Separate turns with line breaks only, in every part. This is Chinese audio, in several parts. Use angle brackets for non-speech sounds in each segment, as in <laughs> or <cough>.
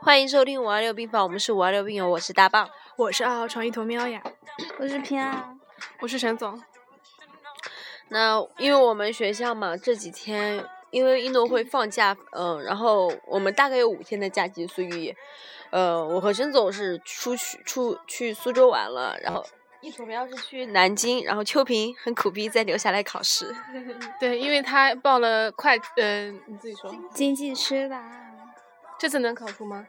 欢迎收听五二六病房，我们是五二六病友，我是大棒。
我是二号床一头喵
<clears throat>
呀，
我是平安，
我是沈总。
那因为我们学校嘛，这几天因为运动会放假，嗯、然后我们大概有五天的假期，所以，呃，我和沈总是出去出去苏州玩了，然后一头喵是去南京，然后秋萍很苦逼再留下来考试。
对，因为他报了会，嗯、你自己说，
经济师吧，
这次能考出吗？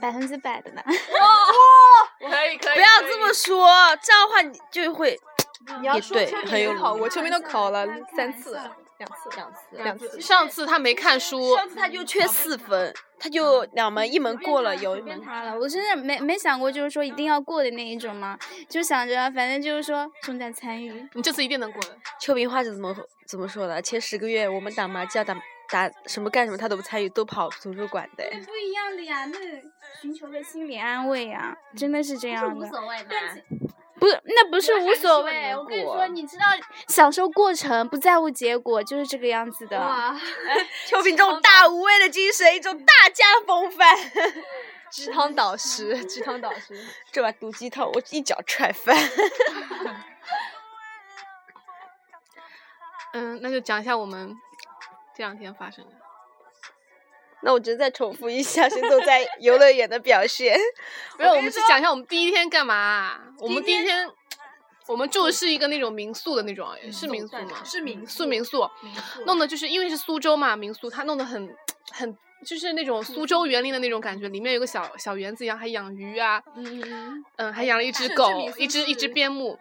百分之百的吧。
可以，可
不要这么说，这样的话你就会
你
也对很有
考，
理
我秋萍都考了
看一下嗯
三次，
看
两次，
两次
两次。上次他没看书，
上次他就缺四分，他就两门呃一门过了，有一门
变他了，我真的没没想过，就是说一定要过的那一种嘛，就想着啊反正就是说重在参与。
你这次一定能过的。
秋萍话是怎么怎么说的？前十个月我们打麻将、打打什么干什么，他都不参与，都跑图书馆的。
不一样的呀，那寻求的心理安慰呀，真的是这样的。
所谓嘛。
不，那不是
那还
无
是
所
希望你
谓。
能
我跟你
过
说，你知道享受过程，不在乎结果，就是这个样子的。
秋萍这种大无畏的精神，一种大家风范，
鸡汤导师，鸡汤导师。
这把毒鸡汤我一脚踹翻。
嗯，那就讲一下我们这两天发生的。
那我只是再重复一下沈总在游乐园的表现。
没有，我们是讲一下我们第一天干嘛 <laughs> 啊、我们第一天，我们住的是一个那种民宿的那种，哎是民宿吗？是民宿，民宿。弄的就是因为是苏州嘛，民宿它弄得很很。就是那种苏州园林的那种感觉，里面有个小小园子一样，还养鱼啊，
嗯，
嗯，还养了一只狗，一只一只边牧，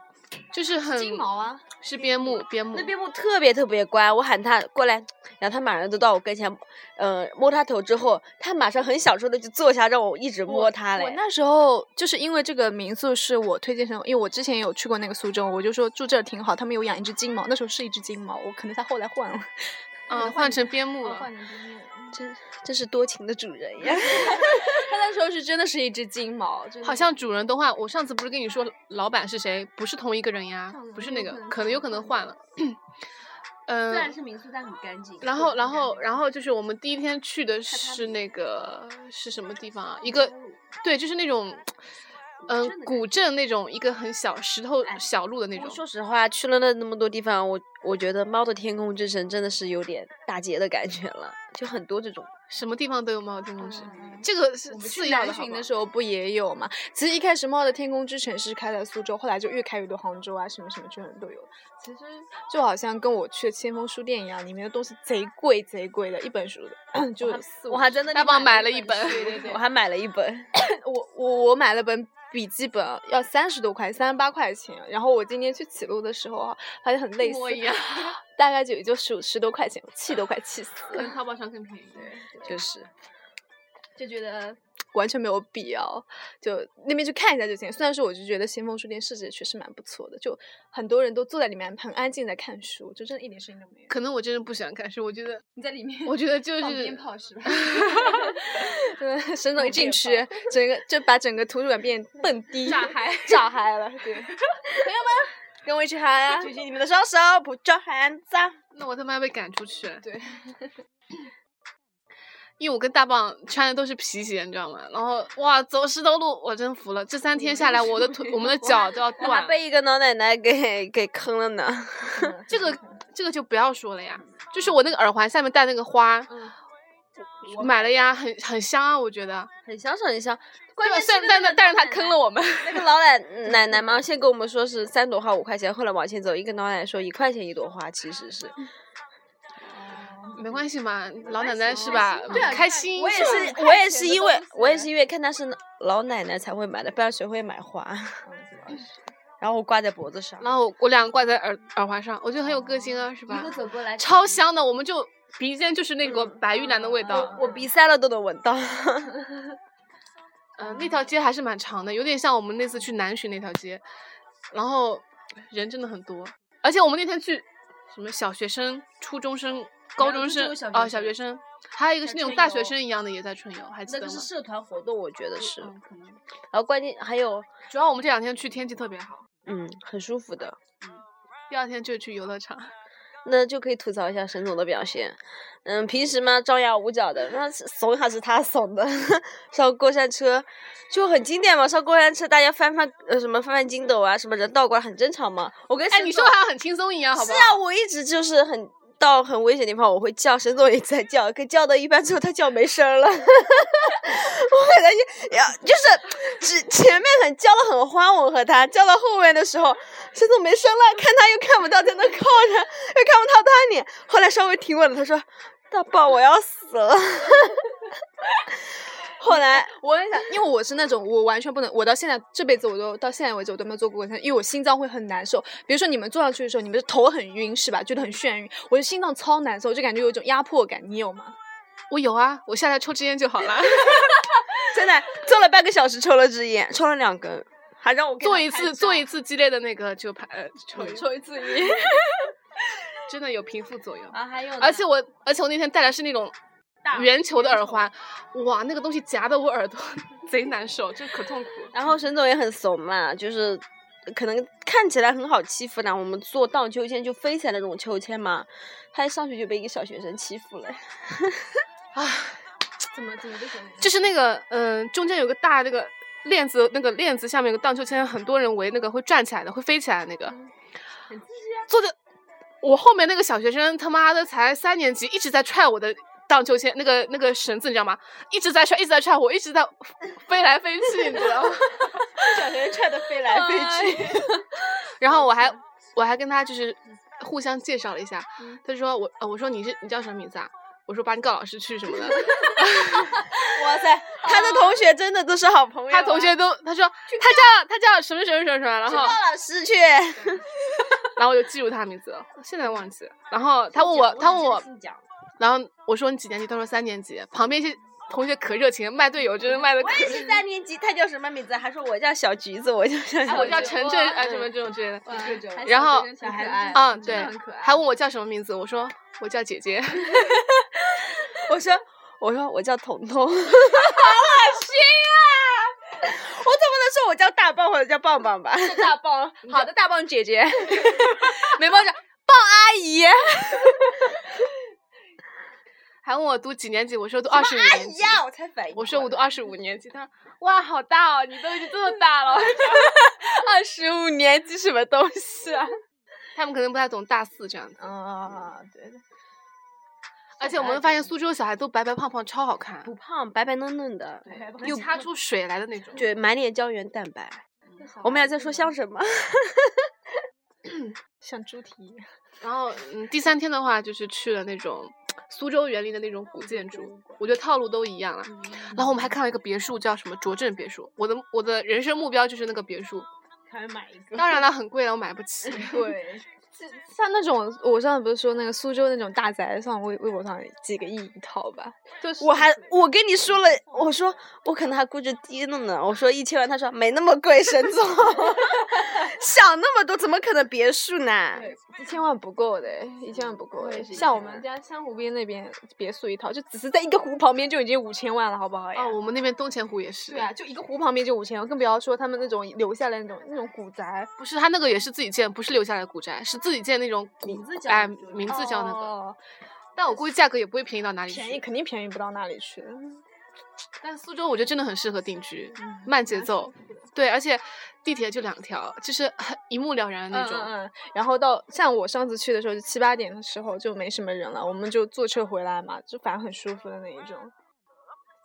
就是很金毛啊，是边牧，边牧
那，边牧特别特别乖，我喊它过来，然后它马上就到我跟前，嗯、摸它头之后，它马上很享受的就坐下，让我一直摸它
我
嘞。
那时候就是因为这个民宿是我推荐成，因为我之前有去过那个苏州，我就说住这儿挺好。他们有养一只金毛，那时候是一只金毛，我可能它后来换了。
嗯，换成边牧了，
真是多情的主人呀！ <laughs>
它那时候是真的是一只金毛，真的
<laughs> 好像主人的话，我上次不是跟你说老板是谁，不是同一个人呀，不是那个，可能有可能换了。 <laughs> 嗯，
是民宿，但很干净
然后，然后，然后就是我们第一天去的是那个是什么地方啊？一个对，就是那种嗯古镇那种一个很小石头小路的那种
我。说实话，去了那那么多地方，我我觉得《猫的天空之城》真的是有点打劫的感觉了，就很多这种。
什么地方都有猫天空之，这
<laughs>
个是
我们
次
去
要的
南
好
巡
不好
的时候不也有嘛？其实一开始猫的天空之城是开在苏州，后来就越开越多杭州啊，什么什么这种都有。其实就好像跟我去的千峰书店一样，里面的东西贼贵贼贵的，一本书的 <coughs> 就四五
我还真的
大宝买了一本
对对对
我还买了一本。
我我我买了本笔记本，要三十多块，三十八块钱。然后我今天去启路的时候啊，发现很类
一
似
模，一样， <laughs>
<laughs> 大概就也就十十多块钱，气都快气死
可能
了，
淘宝上更便宜。
<laughs> 就是
就觉得完全没有必要，就那边去看一下就行。虽然说我就觉得先锋书店设置得确实蛮不错的，就很多人都坐在里面很安静在看书，就真的一点声音都没有。
可能我真的不喜欢看书，我觉得
你在里 <laughs> 面
我觉得就
放
是
鞭炮是吧？对，沈总一进去，整个就把整个图书馆变蹦
<laughs>
迪，炸嗨，炸嗨了。对，朋友们，跟我一起嗨啊！
<laughs> 举起你们的双手，不叫喊脏。
那我他妈被赶出去。
对，
因为我跟大棒穿的都是皮鞋，你知道吗？然后哇，走石头路，我真服了。这三天下来，我的腿、我们的
<laughs>
脚都要
我
断
还
了。
被一个老奶奶给给坑了呢。
这个这个就不要说了呀，就是我那个耳环下面戴那个花，
嗯
我买了呀，很很香啊，我觉得。
很香，很香。关
但
键是
但但但是他坑了我
<laughs>
们。
那个老奶奶奶嘛，先跟我们说是三朵花五块钱，后来往前走，一个老奶奶说一块钱一朵花，其实是。
没关系嘛，老奶奶是吧？开心。
啊我也是， <laughs> 我也是因为我也是因为看她是老奶奶才会买的，不然谁会买花？ <laughs> 然后我挂在脖子上，
然后我两个挂在耳耳环上，我觉得很有个性啊，是
哦
吧？超香的，我们就鼻尖就是那个白玉兰的味道。
嗯我鼻塞了都能闻到。
嗯、那条街还是蛮长的，有点像我们那次去南浔那条街，然后人真的很多，而且我们那天去什么小学生、初中生、高中生
去
哦，小学生，还有一个是那种大学生一样的也在春游，还记
那
得
个
吗
是？社团活动，我觉得是。
嗯，可能。
然后关键还有，
主要我们这两天去天气特别好，
嗯，很舒服的。
第二天就去游乐场，
那就可以吐槽一下沈总的表现。嗯，平时嘛张牙舞爪的，那是怂还是他怂的。 <laughs> 上过山车就很经典嘛，上过山车大家翻翻呃什么翻翻筋斗啊，什么人道关很正常嘛。我跟
<laughs> 哎，
沈
你
总
说好像很轻松一样，好不
是
好？
啊，我一直就是很到很危险的地方我会叫，沈总也在叫，可叫到一半之后他叫没声儿了，我 <laughs> 很担心，呀，就是只前面很叫的很欢，我和他叫到后面的时候，沈总没声了，看他又看不到，在那靠着，又看不到他脸，后来稍微停稳了，他说：“大宝，我要死了。” <laughs> 后来
我很想， <laughs> 因为我是那种我完全不能，我到现在这辈子我都到现在为止我都没有坐过过山车，因为我心脏会很难受。比如说你们坐上去的时候，你们的头很晕是吧？觉得很眩晕，我的心脏超难受，就感觉有一种压迫感。你有吗？
我有啊，我下来抽支烟就好了。
真的坐了半个小时，抽了支烟，抽了两根，还让我给
做
他
一
拍
次
照
做一次激烈的那个就排呃抽抽，
一次烟。
<laughs> 真的有平复作用。
啊，还有
而且我而且我那天戴的是那种
大
圆球的耳环，哇，那个东西夹的我耳朵 <laughs> 贼难受，就可痛苦。
然后沈总也很怂嘛，就是可能看起来很好欺负呢。我们做荡秋千就飞起来那种秋千嘛，他一上去就被一个小学生欺负了。
怎么怎么就想
就是那个嗯、呃中间有个大那个链子，那个链子下面有个荡秋千，很多人围那个会转起来的，会飞起来的那个，坐着。我后面那个小学生他妈的才三年级，一直在踹我的荡秋千那个那个绳子，你知道吗？一直在踹，一直在踹我，一直在飞来飞去，你知道吗？
<laughs>
<laughs>
小学生踹得飞来飞去。
然后我还我还跟他就是互相介绍了一下，他说我呃我说你是你叫什么名字啊？我说把你告老师去什么的，
哇塞，他的同学真的都是好朋友啊。
他同学都他说他叫他叫什么什么什么什么，然
去
后
告老师去。
然后我就记住他的名字了，现在忘记了。
<laughs>
然后他问我他问我，然后我说你几年级？他说三年级。旁边一些同学可热情，卖队友真是卖的可
我。也是三年级，他叫什么名字？还说我叫小橘子，我叫小橘子。
哎我叫陈震哎什么这种之类的，然后
呃小孩爱
啊
真的
对
很可，爱
还问我叫什么名字，我说我叫姐
<laughs>
姐。
我说我说我叫彤彤，好恶啊心啊！ <laughs> 我总不能说我叫大棒或者叫棒棒 <laughs> 吧？
大棒，好的大棒姐姐，没棒姐，
阿姨，
还问我读几年级，我说读二十五年级。
呀，我才反应。
我说我读二十五年级，他说哇好大哦，你都已经这么大
<laughs>
了。
二十五年级什么东西 <laughs> 啊？
他们可能不太懂大四这样子，
啊，对的，
而且我们发现苏州小孩都白白胖胖，超好看，
不胖，白白嫩嫩的，
又擦出水来的那种。
对，满脸胶原蛋白。我们俩在说像什 <coughs> 么？
像猪蹄，
然后，嗯，第三天的话就是去了那种苏州园林的那种古建筑，我觉得套路都一样了。
嗯
然后我们还看了一个别墅，叫什么拙政别墅。我的我的人生目标就是那个别墅，
还要买一个。
当然了，很贵了，我买不起。
<laughs> 对，是像那种我上次不是说那个苏州那种大宅，上微微博上几个亿一套吧，就是
我还我跟你说了，我说我可能还估值低了呢。我说一千万，他说没那么贵， <laughs> 沈总。想那么多，怎么可能别墅呢？
一千万不够的，一千万不够的。像我们家湘湖边那边别墅一套，就只是在一个湖旁边就已经五千万了，好不好呀？
哦，我们那边东钱湖也是。
啊对啊，就一个湖旁边就五千万，更不要说他们那种留下来那种那种古宅，
不是他那个也是自己建，不是留下来的古宅，是自己建那种古
名字叫
哎，
古宅
名字叫那个。
哦
但我估计价格也不会便宜到哪里去。
便宜肯定便宜不到那里去的。
但苏州我觉得真的很适合定居，
嗯
慢节奏，对，而且地铁就两条，就是很一目了然的那种。
嗯嗯，然后到像我上次去的时候，就七八点的时候就没什么人了，我们就坐车回来嘛，就反正很舒服的那一种。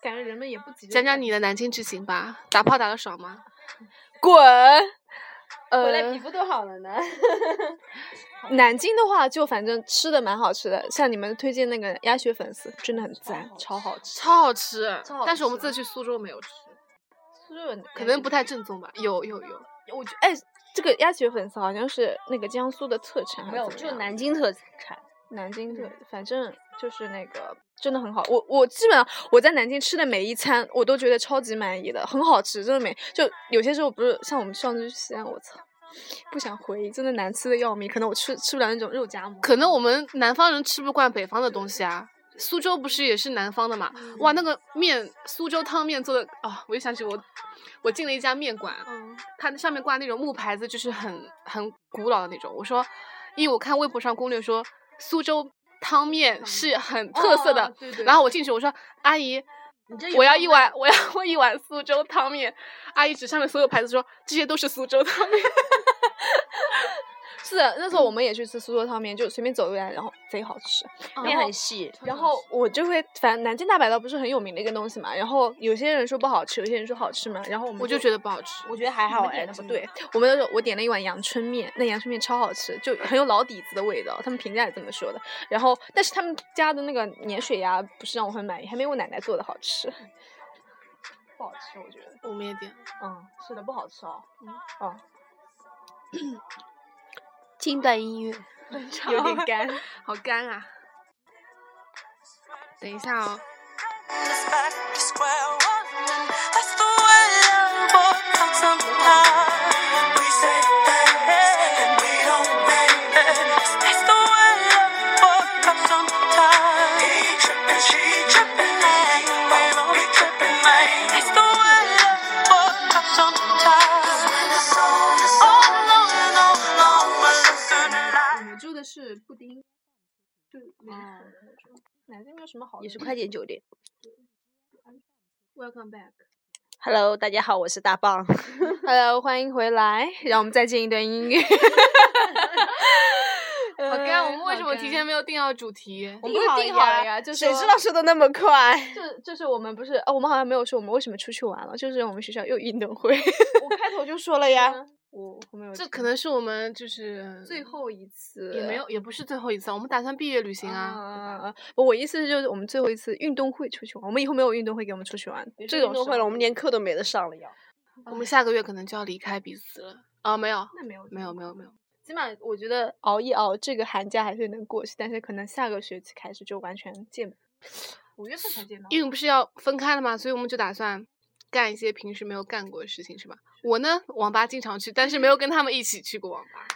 感觉人们也不急着
讲讲你的南京之行吧，打炮打的爽吗？
滚。
回
呃
来，皮肤都好了 <laughs> 呢。
南京的话，就反正吃的蛮好吃的，像你们推荐那个鸭血粉丝，真的很赞，超好吃。
超好吃，
超好
但是我们
吃
这次去苏州没有吃，
苏州人
可能不太正宗吧。有有有，
我觉哎，这个鸭血粉丝好像是那个江苏的特产，还
没
是
有，
怎么
<laughs> 就
样
南京特产。
南京
嗯
特，反正就是那个真的很好。我我基本上我在南京吃的每一餐，我都觉得超级满意的，很好吃，真的没。就有些时候不是像我们上次去西安，我操，不想回忆，真的难吃的要命。可能我吃吃不了那种肉夹馍，
可能我们南方人吃不惯北方的东西啊。苏州不是也是南方的嘛？哇，那个面，苏州汤面做的啊、我又想起我，我进了一家面馆，
嗯
它那上面挂那种木牌子，就是很很古老的那种。我说，因为我看微博上攻略说苏州汤面是很特色的。
哦对对
然后我进去我说：“阿姨，
你这
我要一碗，我要一碗苏州汤面。”阿姨指上面所有牌子说：“这些都是苏州汤面。
是的，那时候我们也去吃苏州汤面，就随便走一来，然后贼好吃。
面很细，
然后我就会，反正南京大排档不是很有名的一个东西嘛，然后有些人说不好吃，有些人说好吃嘛，然后我”们
我就觉得不好吃。
我觉得还好哎，
不
真的
对， <laughs> 我们那时候我点了一碗阳春面，那阳春面超好吃，就很有老底子的味道，他们评价也这么说的。然后，但是他们家的那个盐水鸭不是让我很满意，还没我奶奶做的好吃。 <laughs> 不好吃，我觉得。
我们也点，
嗯，是的，不好吃哦。 <laughs>
近代音
<laughs>
乐。
有 <laughs> 点干。
好干啊！等一下哦。
us back to square one. That's the way love works sometimes. We say thanks and we don't make sense. That's the way love works sometimes. He tripping, she tripping, and we don't be tripping, man. That's the way love works sometimes. Oh no, no, no, we're losing it.
我们住的是布丁，就那个
哦南京没有什么好。
也是快捷酒店。
Welcome back。
Hello，大家好，我是大棒。
Hello，欢呃迎回来，让我们再进一段音乐。
好
呃
干，我们为什
好
么
干
提前没有定好主题？
<laughs> 我们不是定好了呀？就
谁
说
知道说的那么快？
就就是我们不是哦，我们好像没有说我们为什么出去玩了，就是我们学校又运动会。
我 <laughs> 开头就说了呀。
<laughs> 我我没有
这可能是我们就是
最后一次
也没有，也不是最后一次啊，我们打算毕业旅行啊。
啊、嗯我我意思是就是我们最后一次运动会出去玩，我们以后没有运动会给我们出去玩，这
这
种
种会
时
了，
候
我们连课都没得上了呀。
我们下个月可能就要离开彼此了啊，没有，
那没有
没有，没有，没有。
起码我觉得熬一熬这个寒假还是能过去，但是可能下个学期开始就完全见五月份才见到
因为不是要分开了嘛，所以我们就打算干一些平时没有干过的事情，是吧？我呢，网吧经常去，但是没有跟他们一起去过网吧。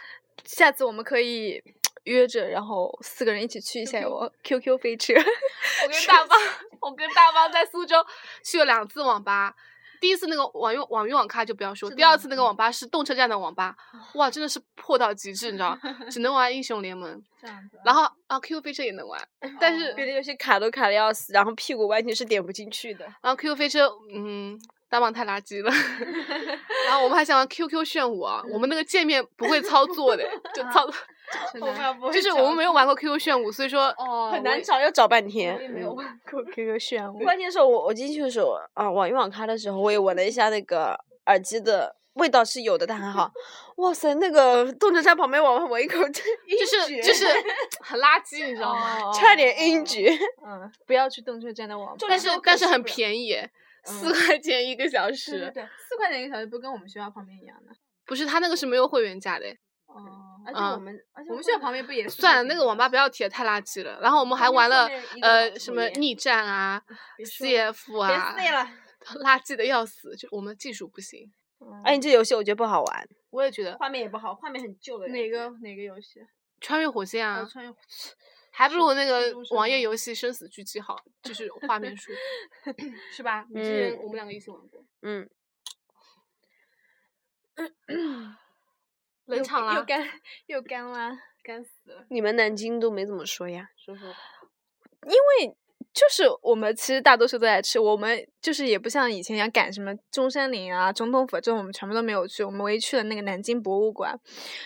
下次我们可以约着，然后四个人一起去一下我 QQ 飞车。
我跟大巴， <laughs> 我跟大巴在苏州去了两次网吧。第一次那个网约网约网咖就不要说，第二次那个网吧是动车站的网吧，
哦
哇，真的是破到极致，你知
<laughs>
道，只能玩英雄联盟，
这样子。哦
然后啊 QQ 飞车也能玩，但是
<laughs> 别的游戏卡都卡的要死，然后屁股完全是点不进去的。
然后 QQ 飞车，嗯，大棒太垃圾
<laughs>
了。然后我们还想玩 QQ 炫舞啊，我们那个界面不会操
<laughs>
作的，就操作，
我们要啊不会
就是
找
我们没有玩过 QQ 炫舞，所以说
哦，
很
我
难
也
找，要找半
我也
天。
没有玩过
QQ 漩
<laughs>
涡，
关键是我我进去的时候啊，网约网咖的时候，我也闻了一下那个耳机的味道是有的，但还好。
嗯
哇塞，那个动车站旁边往外闻一口，
就是就是
<laughs>
很垃圾，你知道吗？
哦
差点晕厥。
嗯，不要去动车站的网吧。
但是但是很便宜，四块钱一个小
对对
时，
对，四块钱一个小时，不跟我们学校旁边一样的？
不是他那个是没有会员价的。
哦，
而且
嗯
我们，而且
我们学校旁边不也是
算了，
吗
那个网吧不要提了，太垃圾了。然后我们还玩了呃什么逆战啊、CF 啊，
了，
垃圾的要死，就我们技术不行。
哎，这游戏我觉得不好玩。
我也觉得
画面也不好，画面很旧的。
哪个哪个游戏？
穿越火线啊
哦，，穿越火
还不如那
是
个
中生
网页
活
游戏《生死狙击》好，就是画面舒服， <laughs> 是吧？你之前我们两个一起玩过，
嗯，
冷场
又
啦，
干又干啦，
干死了。
你们南京都没怎么说呀？
说说
<laughs> 就是我们其实大多数都在吃，我们就是也不像以前一样赶什么中山陵啊、总统府这种，我们全部都没有去。我们唯一去了那个南京博物馆，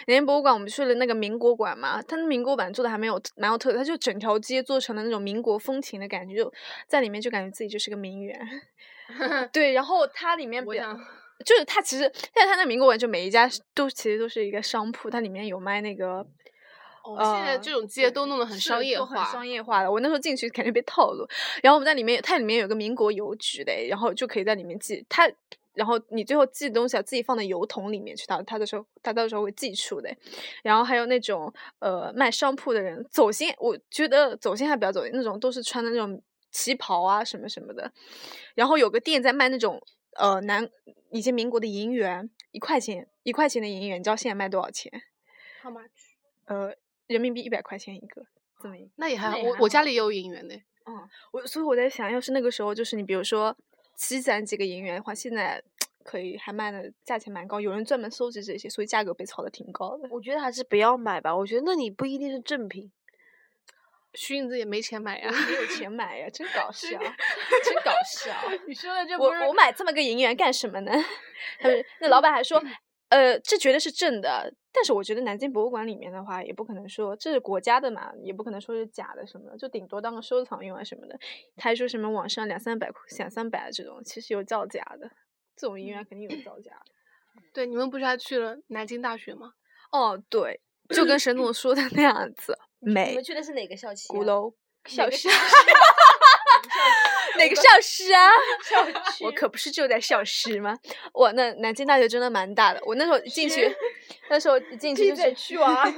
南京博物馆我们去了那个民国馆嘛，它那民国馆做的还没有蛮有特色，它就整条街做成了那种民国风情的感觉，就在里面就感觉自己就是个名媛。 <laughs> 对，然后它里面
我
比较
想
就是它其实，但是它那民国馆就每一家是都其实都是一个商铺，它里面有卖那个。
哦现在
呃
这种街都弄得很
是
商业
都很
化，
商业化的。我那时候进去感觉被套路，然后我们在里面，它里面有个民国邮局的，然后就可以在里面寄它，然后你最后寄的东西啊，自己放到邮筒里面去，它它的时候它到时候会寄出的。然后还有那种呃卖商铺的人，走心，我觉得走心还比较走心，那种都是穿的那种旗袍啊什么什么的。然后有个店在卖那种呃南以前民国的银元，一块钱一块钱的银元，你知道现在卖多少钱？
好吗？
呃，人民币一百块钱一个，这么一个。
那也还
那
好，
也
我
还
我家
好
里也有银元的，
我所以我在想，要是那个时候就是你比如说积攒几个银元的话，现在可以还卖的价钱蛮高，有人专门搜集这些，所以价格被炒的挺高的。
我觉得还是不要买吧。我觉得那里不一定是正品，
徐影子也没钱买呀
我。没有钱买呀， <laughs> 真搞笑，真搞笑。
你说的这
我我买这么个银元干什么呢？ <laughs> 他们那老板还说，呃，这绝对是正的。但是我觉得南京博物馆里面的话，也不可能说这是国家的嘛，也不可能说是假的什么的，就顶多当个收藏用啊什么的。他还说什么网上两三百、两三百的啊这种，其实有造假的，这种银元肯定有造假的。
对，你们不是还去了南京大学吗？
哦，对，就跟沈总说的那样 <laughs> 子，
你
美
们去的是哪个校区、
鼓楼校啊
哪个
区， <laughs> 哪个校区 <laughs> 啊？我可不是就在校师吗？我那南京大学真的蛮大的，我那时候一进去，那时候一进去就是去玩、
<laughs>
啊，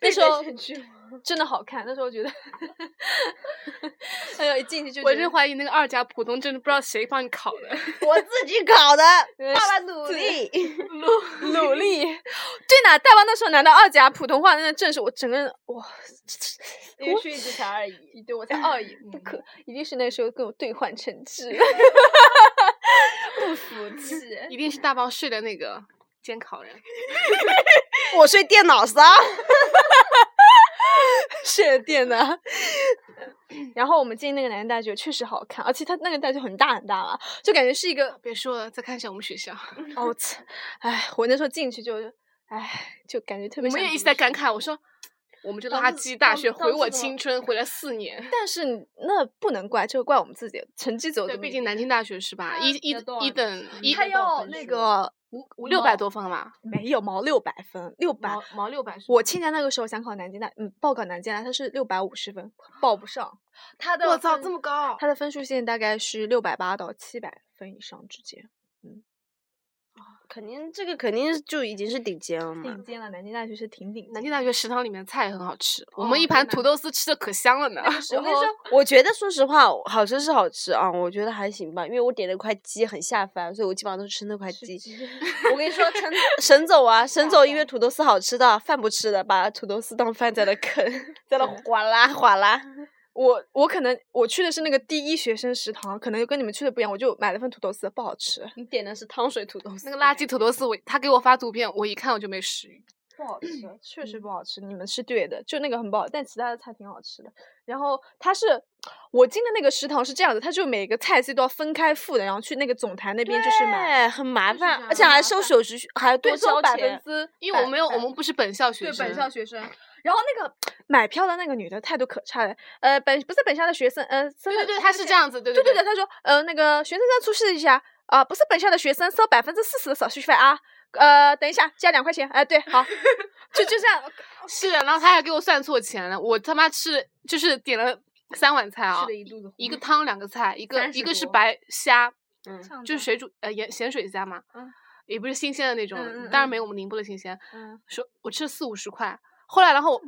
那时候真的好看，那时候觉得，那时候一进去就
我
觉
真
得
怀疑那个二甲普通真的不知道谁帮你考的。
我自己搞的，爸爸努力。
努力， <laughs> 对哪？大巴那时候拿到二甲普通话那个证时，我整个人哇，
因为去一直才二一，
对我才二一，嗯不可，一定是那时候跟我兑换成绩。
不服气。
<laughs> 一定是大包睡的那个监考人。
<laughs> 我睡电脑上，
是电的。 <coughs> 然后我们进那个南京大学确实好看，而且它那个大学很大很大嘛，就感觉是一个
别说了，再看一下我们学校，
哦，我操哎，我那时候进去就哎，就感觉特
我
别。
们也一直在感。慨，我说。我们这
当
垃
时
圾大
当
学
当
毁
时
我
怎么
青春，毁了四年。
但是你那不能怪，这个怪我们自己，成绩走
对，
的。
毕竟南京大学是吧？一一
要多
一
少
等一
他要那个
五五六百多分了吧？
没有毛六百分，六百
毛。毛六百是吗。
我亲家那个时候想考南京大，嗯，报考南京大，他是六百五十分，报不上。他的
我操，
分
这么高！ <laughs>
他的分数线大概是六百八到七百分以上之间。
肯定这个肯定就已经是顶尖
嗯
了嘛
顶。尖了，南京大学是挺顶尖的。
南京大学食堂里面的菜很好吃，我们
哦
一
真
盘
的
土豆丝吃的可香了呢。
我跟你说，我觉得说实话，好吃是好吃啊，我觉得还行吧，因为我点了块鸡很下饭，所以我基本上都吃那块鸡。
<laughs>
我跟你说，陈沈总啊，沈总因为土豆丝好吃的，饭不吃的，把土豆丝当饭在那啃，在那哗啦哗啦。
我我可能我去的是那个第一学生食堂，可能就跟你们去的不一样，我就买了份土豆丝，不好吃，
你点的是汤水土豆丝，
那个垃圾土豆丝，我他给我发图片，我一看我就没食欲。
不好吃，嗯确实不好吃。你们是对的，就那个很不好，但其他的菜挺好吃的。然后它是我进的那个食堂是这样的，它就每个菜系都要分开付的，然后去那个总台那边就是买，
哎，很麻
就是这
烦，
样
而且
很
还
麻
收
烦
手续费，还多
对，收
交
百分
钱。
之，
因为我没有，我们不是本校学
对
生，
本校学生。然后那个买票的那个女的态度可差了，呃，本不是本校的学生，呃，对
对对对，他是这样子，对
对
对
对对，他说，呃，那个学生证出示一下啊、不是本校的学生收百分之四十的手续费啊，呃，等一下加两块钱，哎、对，好，就就这样，
是的。然后他还给我算错钱了，我他妈吃就是点了三碗菜啊，
一肚子嗯
一个汤两个菜，一个一个是白虾，就是水煮呃盐咸水虾嘛，也不是新鲜的那种，
嗯嗯嗯
当然没我们宁波的新鲜。
嗯，
说我吃了四五十块，后来然后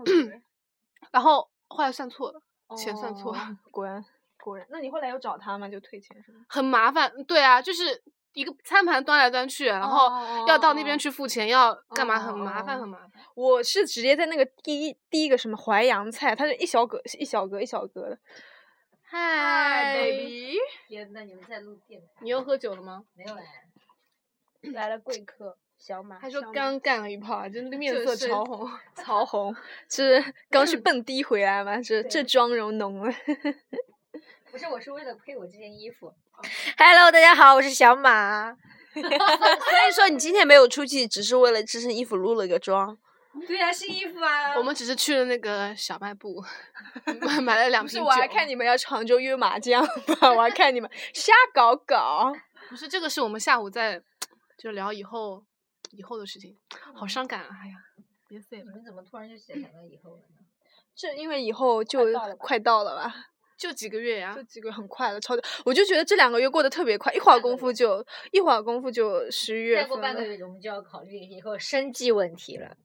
<clears throat> 然后后来算错了，钱算
哦
错了。
滚滚。那你后来有找他吗？就退钱什么？
很麻烦。对啊，就是一个餐盘端来端去，然后
哦
要到
哦
那边
哦
去付钱，要干嘛，很
哦
麻烦，
哦
很麻烦。
我是直接在那个第一第一个什么淮扬菜，它是一小格一小格一小格的，
嗨
天呐，你们在录电台？
你又喝酒了吗？
没有哎，
来了贵客小
<laughs>
马，
他说刚干了一炮啊，真的面色
<laughs>
潮红。
潮红，是刚 <laughs> 去蹦迪回来嘛？这这妆容浓了。
不是，我是为了配我这件衣服。
Hello，大家好，我是小马。所以说你今天没有出去，只是为了这身衣服录了个妆。
对呀、是衣服啊
我们只是去了那个小卖
<laughs>
部，买买了两
不
瓶
是，
酒。
我还看你们要常州约麻将吧，我还看你们瞎搞搞。
不是这个是我们下午在就聊以后以后的事情，好伤感啊！哎呀，别碎
你
嗯
了。
们怎么突然就想到以后了呢？
这因为以后就
到了吧
快到了吧，
就几个月呀、
这几个月很快了，超级，我就觉得这两个月过得特别快，一会儿功夫就一会儿功夫就十一月
再过
份
半个
了，
月，我们就要考虑以后生计问题了。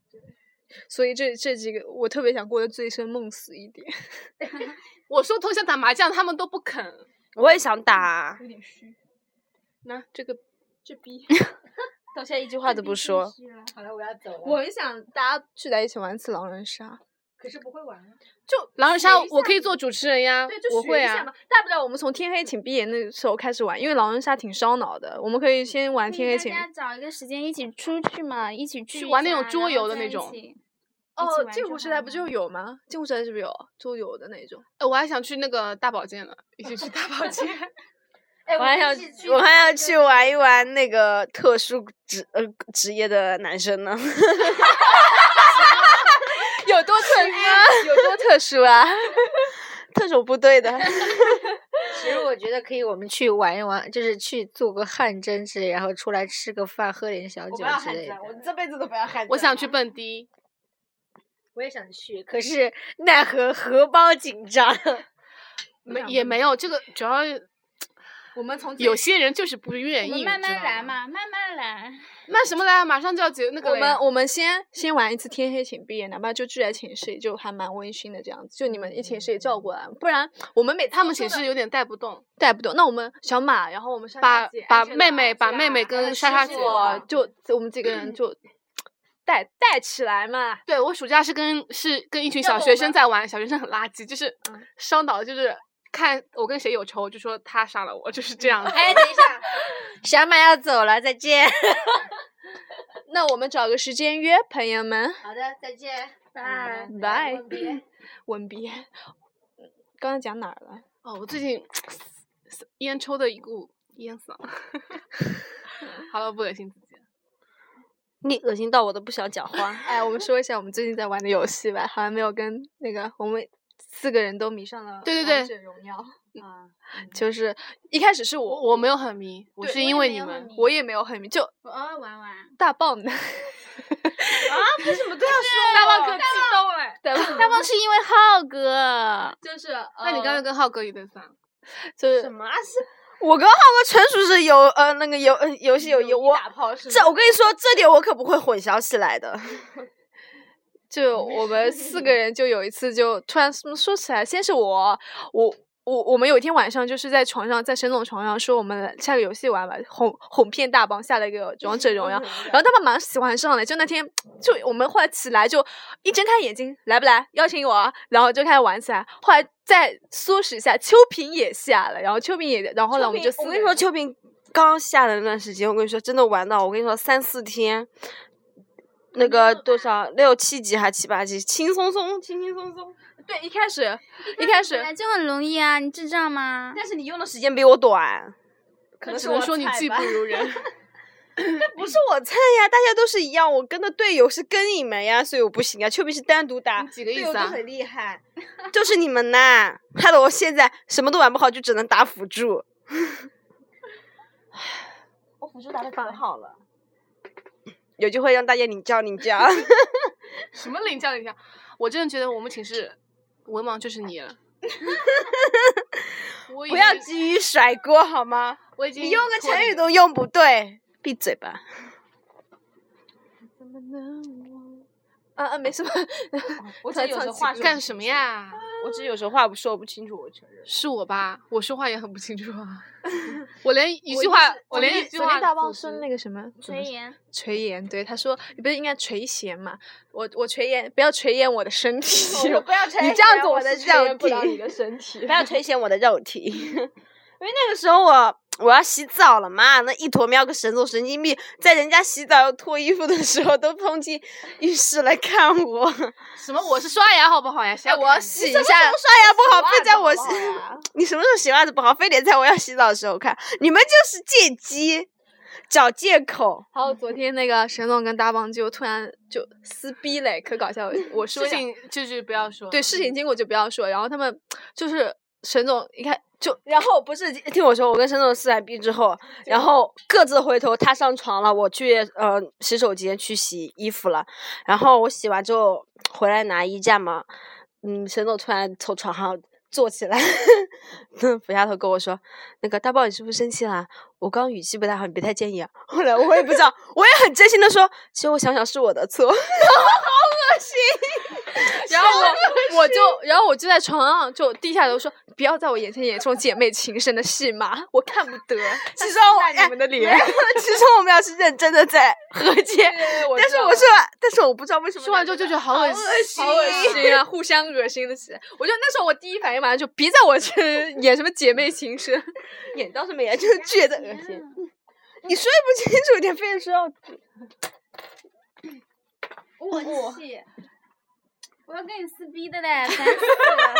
所以这这几个我特别想过得醉生梦死一点。
我说投降打麻将，他们都不肯。
我也想打，
那这个
<laughs>
到现在一句话都不说。
好了，我要走了。
我很想大家啊聚在一起玩一次狼人杀，
可是不会玩了。
就
狼人杀
学一，下
我可以做主持人呀，
对，就
我
学
会
一下
啊
嘛。。大不了我们从天黑请闭眼那时候开始玩，因为狼人杀挺烧脑的，我们可
嗯
以先玩
可
天
以
黑
大
请。
家找一个时间一起出去嘛，一起去
玩
一
那种
下
桌
然后
游的
在
那
一
种
起
哦
起，玩
剑
就
湖时
好
代
了
不就有吗？剑湖时代是不是有就有的那种？
哎我还想去那个大保健呢，一
<laughs>
起去大保健。
哎，
我还想
一起，
我还想
一
去
个
玩一玩那个特殊职呃职业的男生呢。 <laughs>
有多特
啊 <laughs>
殊？有多特殊啊？
特种部队的，
其实我觉得可以，我们去玩一玩，就是去做个汗蒸之类，然后出来吃个饭，喝点小酒之类的。
我这辈子都不要汗
我想去蹦迪，
我也想去，可是奈何荷包紧张。
没也没有这个，主要
我们从
有些人就是不愿
我
意。
们
你
慢
知
慢
道
来
吗。
嘛，慢慢来。
慢什么来啊？马上就要结那个
我
了
们
呀
我们先先玩一次天黑请闭眼，哪怕就聚在寝室里，就还蛮温馨的这样子。就你们一寝室里叫过来，不然我们每
嗯他们
寝
寝
室
室有点带不动，
带不动。那我们小马，然后我们莎莎
把
姐
把
安琪拉
妹妹
安琪
把
拉
妹妹
还有
跟莎莎
师
姐啊嗯
傅就我们几个人就带带起来嘛。
对我暑假是跟是跟一群
要
小
不
学
我
生
们
在玩，小学生很垃圾，就是伤到就是看我跟谁有仇，就说他杀了我，就是这样子。
哎，等一下，小马要走了，再见。
那我们找个时间约，朋友们，
好的，再见，拜
嗯
拜。
嗯
吻别。 <laughs> 刚刚讲哪儿了？
哦，我最近烟抽的一股烟嗓。好了，不恶心自己了。
你恶心到我都不想讲话。
哎，我们说一下我们最近在玩的游戏吧，好像没有跟那个我们四个人都迷上了
对对
王
对
者荣耀，
啊，
就是一开始是我
我没有很迷，我
对
是
我
因
也
为
没
你
有很
们
迷，
我也没有很迷，就
我偶尔哦玩玩。
大棒呢。
啊，凭什么都要说
大棒可激动哎！大棒
大棒是因为浩哥，
就是，
那你刚才跟浩哥一顿嗓，
<laughs> 就是
什么是？我跟浩哥纯属是游呃那个游呃游戏有
友
有
谊
我
打炮是吗？
这我跟你说这点我可不会混淆起来的。
就我们四个人就有一次就突然说说起来，先是我，我。我我们有一天晚上就是在床上，在沈总床上说我们下个游戏玩吧，哄哄骗大帮下了一个王者荣耀，然后大帮马上喜欢上了，就那天就我们后来起来就一睁开眼睛来不来邀请我啊，然后就开始玩起来，后来再唆使一下秋萍也下了，然后秋萍也，然后后来我们就四
我
个
跟你说，
人
秋萍刚下的那段时间，我跟你说真的玩到，我跟你说三四天。那个多少六七级还七八级，轻松松，轻轻松松。
对一开始一开
<laughs>
始
本来就很容易啊，你智障吗？
但是你用的时间比我短，能
可能
是我
说你
菜
技
吧
不如人。
不是我菜呀，大家都是一样。我跟的队友是跟你们呀，所以我不行啊。丘比是单独打，
你几个
<laughs> 队
意
友
思
都
啊
很厉害，就是你们呐，害得我现在什么都玩不好，就只能打辅助。我辅助打的可好了，有机会让大家领教领教。
什么领教领教？我真的觉得我们寝室文盲就是你了。我已
不要
经
急于甩锅好吗？
我已经
你用个
脱
成
离
语都用不对，闭嘴吧。
啊啊没什么， <laughs>
我
只有时候话
干什么呀？
我只是有时候话不说不清楚，我承认。
是我吧？我说话也很不清楚啊，我连一句
就
话
是，
我
昨
连
天
一句
昨
话
天大
组
棒说
织 <laughs>
那个什么怎么
垂 <laughs> 涎，
垂涎，对他说你不是应该垂涎嘛？我我垂涎，不要垂涎我的身体。
<laughs> 我不要垂
你这样
涎
子
我
我
的
是垂涎
肉
不了
体
你的身体
<laughs>
<laughs>
不。要垂涎我的肉体， <laughs> 因为那个时候我我要洗澡了嘛，那一坨喵个神总神经病，在人家洗澡要脱衣服的时候都冲进浴室来看
<laughs>
我，
什么？我是刷牙好不好呀？谁
哎，
要
我要
看你
洗一
什么时
下
候。刷牙不好，非在我
洗
洗
袜子好不好啊。
<laughs> 你什么时候洗袜子不好，非得在我要洗澡的时候看？你们就是借机找借口。
还有昨天那个沈总跟大棒就突然就撕逼嘞，可搞笑了。我说
事
两
情 <laughs> 就是不要说。
对事情经过就不要说，然后他们就是沈总一看就
然后不是听我说，我跟沈总撕完逼之后，然后各自回头，他上床了，我去呃洗手间去洗衣服了。然后我洗完之后回来拿衣架嘛，嗯，沈总突然从床上坐起来，俯下头跟我说：“那个大豹，你是不是生气啦？我刚语气不太好，你别太介意啊。”后来我也不知道，我也很真心的说，其实我想想是我的错。
然后我我就，然后我就在床上就低下头说，不要在我眼前演这种姐妹情深的戏码，我看不得。 <laughs>
其实我哎
看你们的脸，
其实我们俩是认真的在和解，但是我说，但是我不知道为什么
说完之后就觉得好恶心，
好恶心啊，互相恶心的起来。我就那时候我第一反应马上就别在我这 <laughs> 演什么姐妹情深， <laughs>
演到什么嗯演，就是觉得恶心。 <laughs> 你说也不清楚，你非得说要
我气，我要跟你撕逼的嘞，烦死了！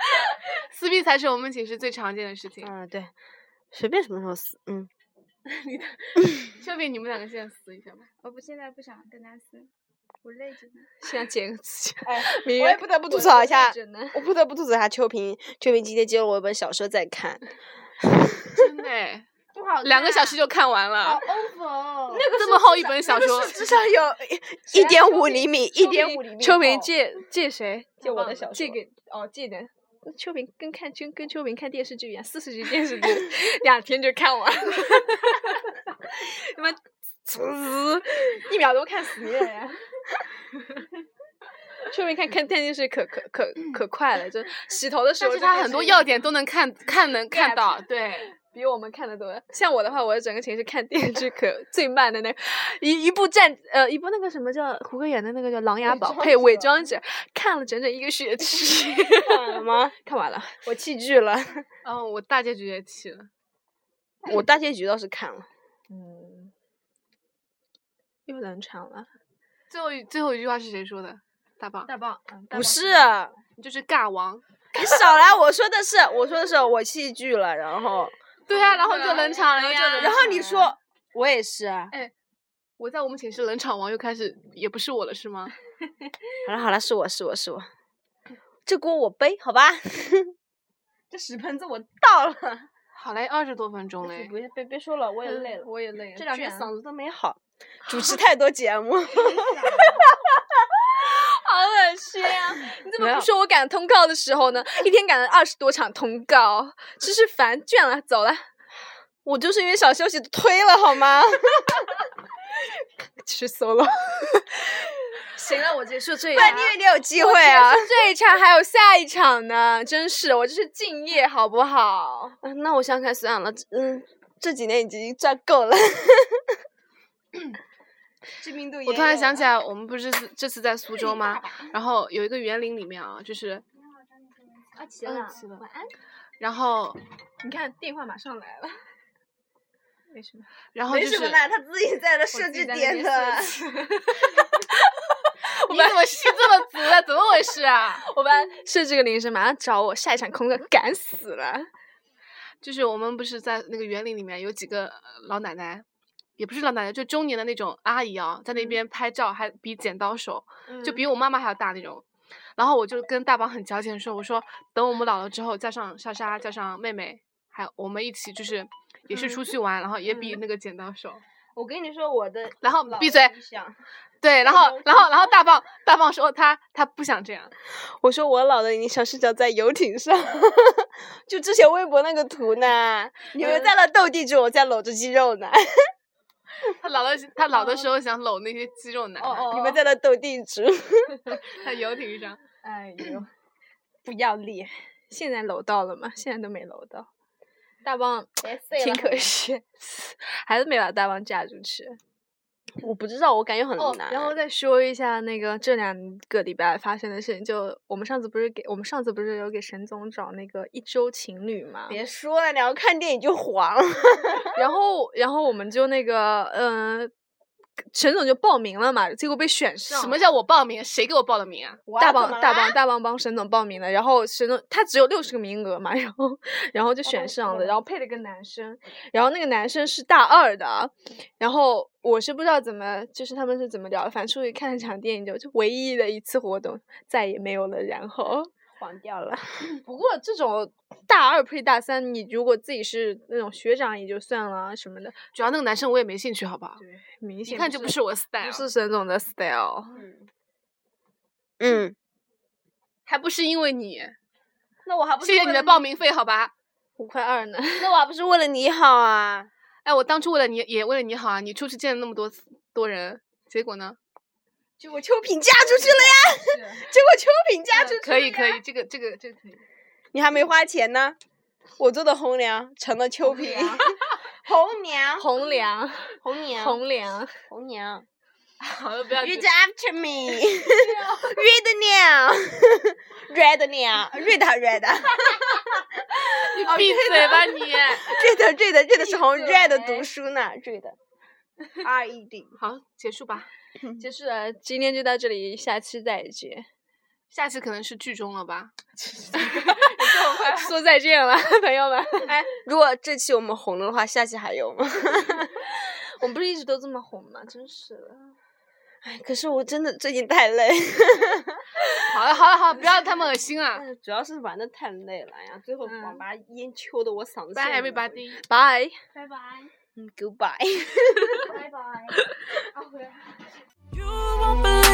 <laughs>
撕逼才是我们寝室最常见的事情。
嗯，对，随便什么时候撕，嗯，
秀碧，你们两个现在撕一下吧。
我不现在不想跟他撕，我累着呢。
现在剪个指甲，
<laughs> 哎，
明
我也
月
不得不吐
我
槽
我
一下
也只能
我不得不吐槽一下秋萍，秋萍今天借了我一本小说在看，
真的 <laughs> 哎，
不好看，
两个小时就看完了
好，over 哦。
这么厚一本小说，
至少 <laughs> 啊有一点五厘米，一点五厘米厚。
秋萍借借谁？
借我的小
借
说
给哦借的。秋萍跟看跟跟秋萍看电视剧一样，四十集电
<laughs>
视剧，两天就看完了， <laughs> 他妈呲，一秒都看死人呀！ <laughs> 秋萍看看看电视可可可可快了，就洗头的时
但
候
是
就
它
开
很多
始
要点都能看看能看到，对。
比我们看的多。像我的话，我整个寝室看电视剧可最慢的那一一部战呃一部那个什么叫胡歌演的那个叫《琅琊
伪
榜
装》
配《伪
者
装者》，看了整整一个学期。
<laughs> 看完了吗？
看完了，
我弃
<laughs>
剧了，
哦，我大结局也起了，
我大结局倒是看了。
嗯，又冷场了。
最后一最后一句话是谁说的？大棒，
大棒，
不是，
你就是尬王。
你少来！我说的是，我说的是我弃剧了，然后，
对啊，然后就冷场了呀。
然后
啊
你说我也是啊。
我在我们寝室冷场王又开始，也不是我了是吗？
好了好了，是我是我是我，这锅我背，好吧？ <laughs> 这屎盆子我倒了。
好嘞，二十多分
<laughs>
钟嘞。
哎别别别说了，嗯我也累了，
我也累了，
这两天
倦了
嗓子都没 <laughs> 好，主持太多节目。 <laughs>
好恶心啊！你怎
没
么
有
不说我赶通告的时候呢？一天赶了二十多场通告，真是烦，倦了，走了。
我就是因为想休息推了，好吗？ <laughs>
去 solo。行了，我结束这一
不然你以为你有机会啊
我结？束 <laughs> 这一场还有下一场呢，真是我这是敬业好不
<laughs>
好？
啊那我想想看，算了，嗯，这几年已经赚够了。知名度也
我突然
有
想起
了，
来，我们不是这次这次在苏州吗？然后有一个园林里面啊，就是，
啊，起
嗯
了
起了，
晚安。
然后
你看电话马上来了，没什么，
然后
没
就
什
是，
么
<laughs>
啦，他自己在那设
自己
置
在那
点
边
的。
你怎么是这么足的？怎么回事啊？
<laughs> 我班设置个铃声，马上找我下一场空课，赶死了。
就是我们不是在那个园林里面有几个呃老奶奶，也不是老奶奶，就中年的那种阿姨啊，在那边拍照，还比剪刀手，就比我妈妈还要大那种。然后我就跟大宝很矫情地说：“我说等我们老了之后，叫上莎莎，叫上妹妹，还有我们一起就是也是出去玩，然后也比那个剪刀手。
我跟你说，我的
然后
老
闭嘴
理想
对，然后然后然后大棒大棒说他他不想这样，
我说我老的理想是想在游艇上， <laughs> 就之前微博那个图呢，你们在那斗地主，我在搂着肌肉呢，
他老的他老的时候想搂那些肌肉男，
你们在那斗地主。
在游艇上。
哎呦，不要脸！现在搂到了吗？现在都没搂到，大棒挺可惜， <laughs> 还是没把大棒嫁出去。
我不知道，我感觉很
哦，
难。
然后再说一下那个这两个礼拜发生的事情，就我们上次不是给我们上次不是有给沈总找那个一周情侣嘛？
别说了，你要看电影就 <laughs> 黄了。
然后然后我们就那个嗯、呃沈总就报名了嘛，结果被选上。
什么叫我报名？谁给我报的名啊？
大棒大棒大棒帮沈总报名了，然后沈总他只有六十个名额嘛，然后然后就选上了，然后配了个男生，然后那个男生是大二的，然后我是不知道怎么，就是他们是怎么聊的，反正出去看了场电影就就唯一的一次活动，再也没有了，然后。
黄掉了，
<laughs> 不过这种大二配大三，你如果自己是那种学长也就算了什么的，
主要那个男生我也没兴趣，好不好？
明显
一看就不是我 style，
不是沈总的 style。
<laughs> 嗯，
还不是因为你。
那我还不是
谢谢你
为
的
了
报名费，好吧？
五块二呢？
那我还不是为了你好啊？
哎，我当初为了你，也为了你好啊！你出去见了那么多次多人，结果呢？
结果秋萍嫁出去了呀！ <laughs> 嗯结果秋萍嫁出去了、
可以，可以，这个这个这个可以。
你还没花钱呢。我做的红娘成了秋萍， <laughs> 红
<laughs>
娘，
红粮，
红娘，
红粮。
红娘。
好了，不要
You
紧
d after me. Red 鸟 <laughs> ，Red 鸟，Red Red
你
哦
闭
<laughs>
嘴吧你！
Red Red Red 是红 Red 读书呢，Red R E D。
好，结束吧。
就是今天就到这里，下期再见。
下期可能是剧中了吧？
说再见了，朋友们。 <laughs> 哎，如果这期我们红了的话，下期还有吗？ <laughs>
我们不是一直都这么红吗？真是的。
哎，可是我真的最近太累，
好了好了好了，不要那么恶心啊了。
主要是玩的太累了哎呀，最后网吧烟抽的我嗓子
嗯 Bye
现在都
everybody。
Bye， <laughs>
拜拜，
嗯，Goodbye。 <laughs>
拜拜，啊，回来。
哦
You won't believe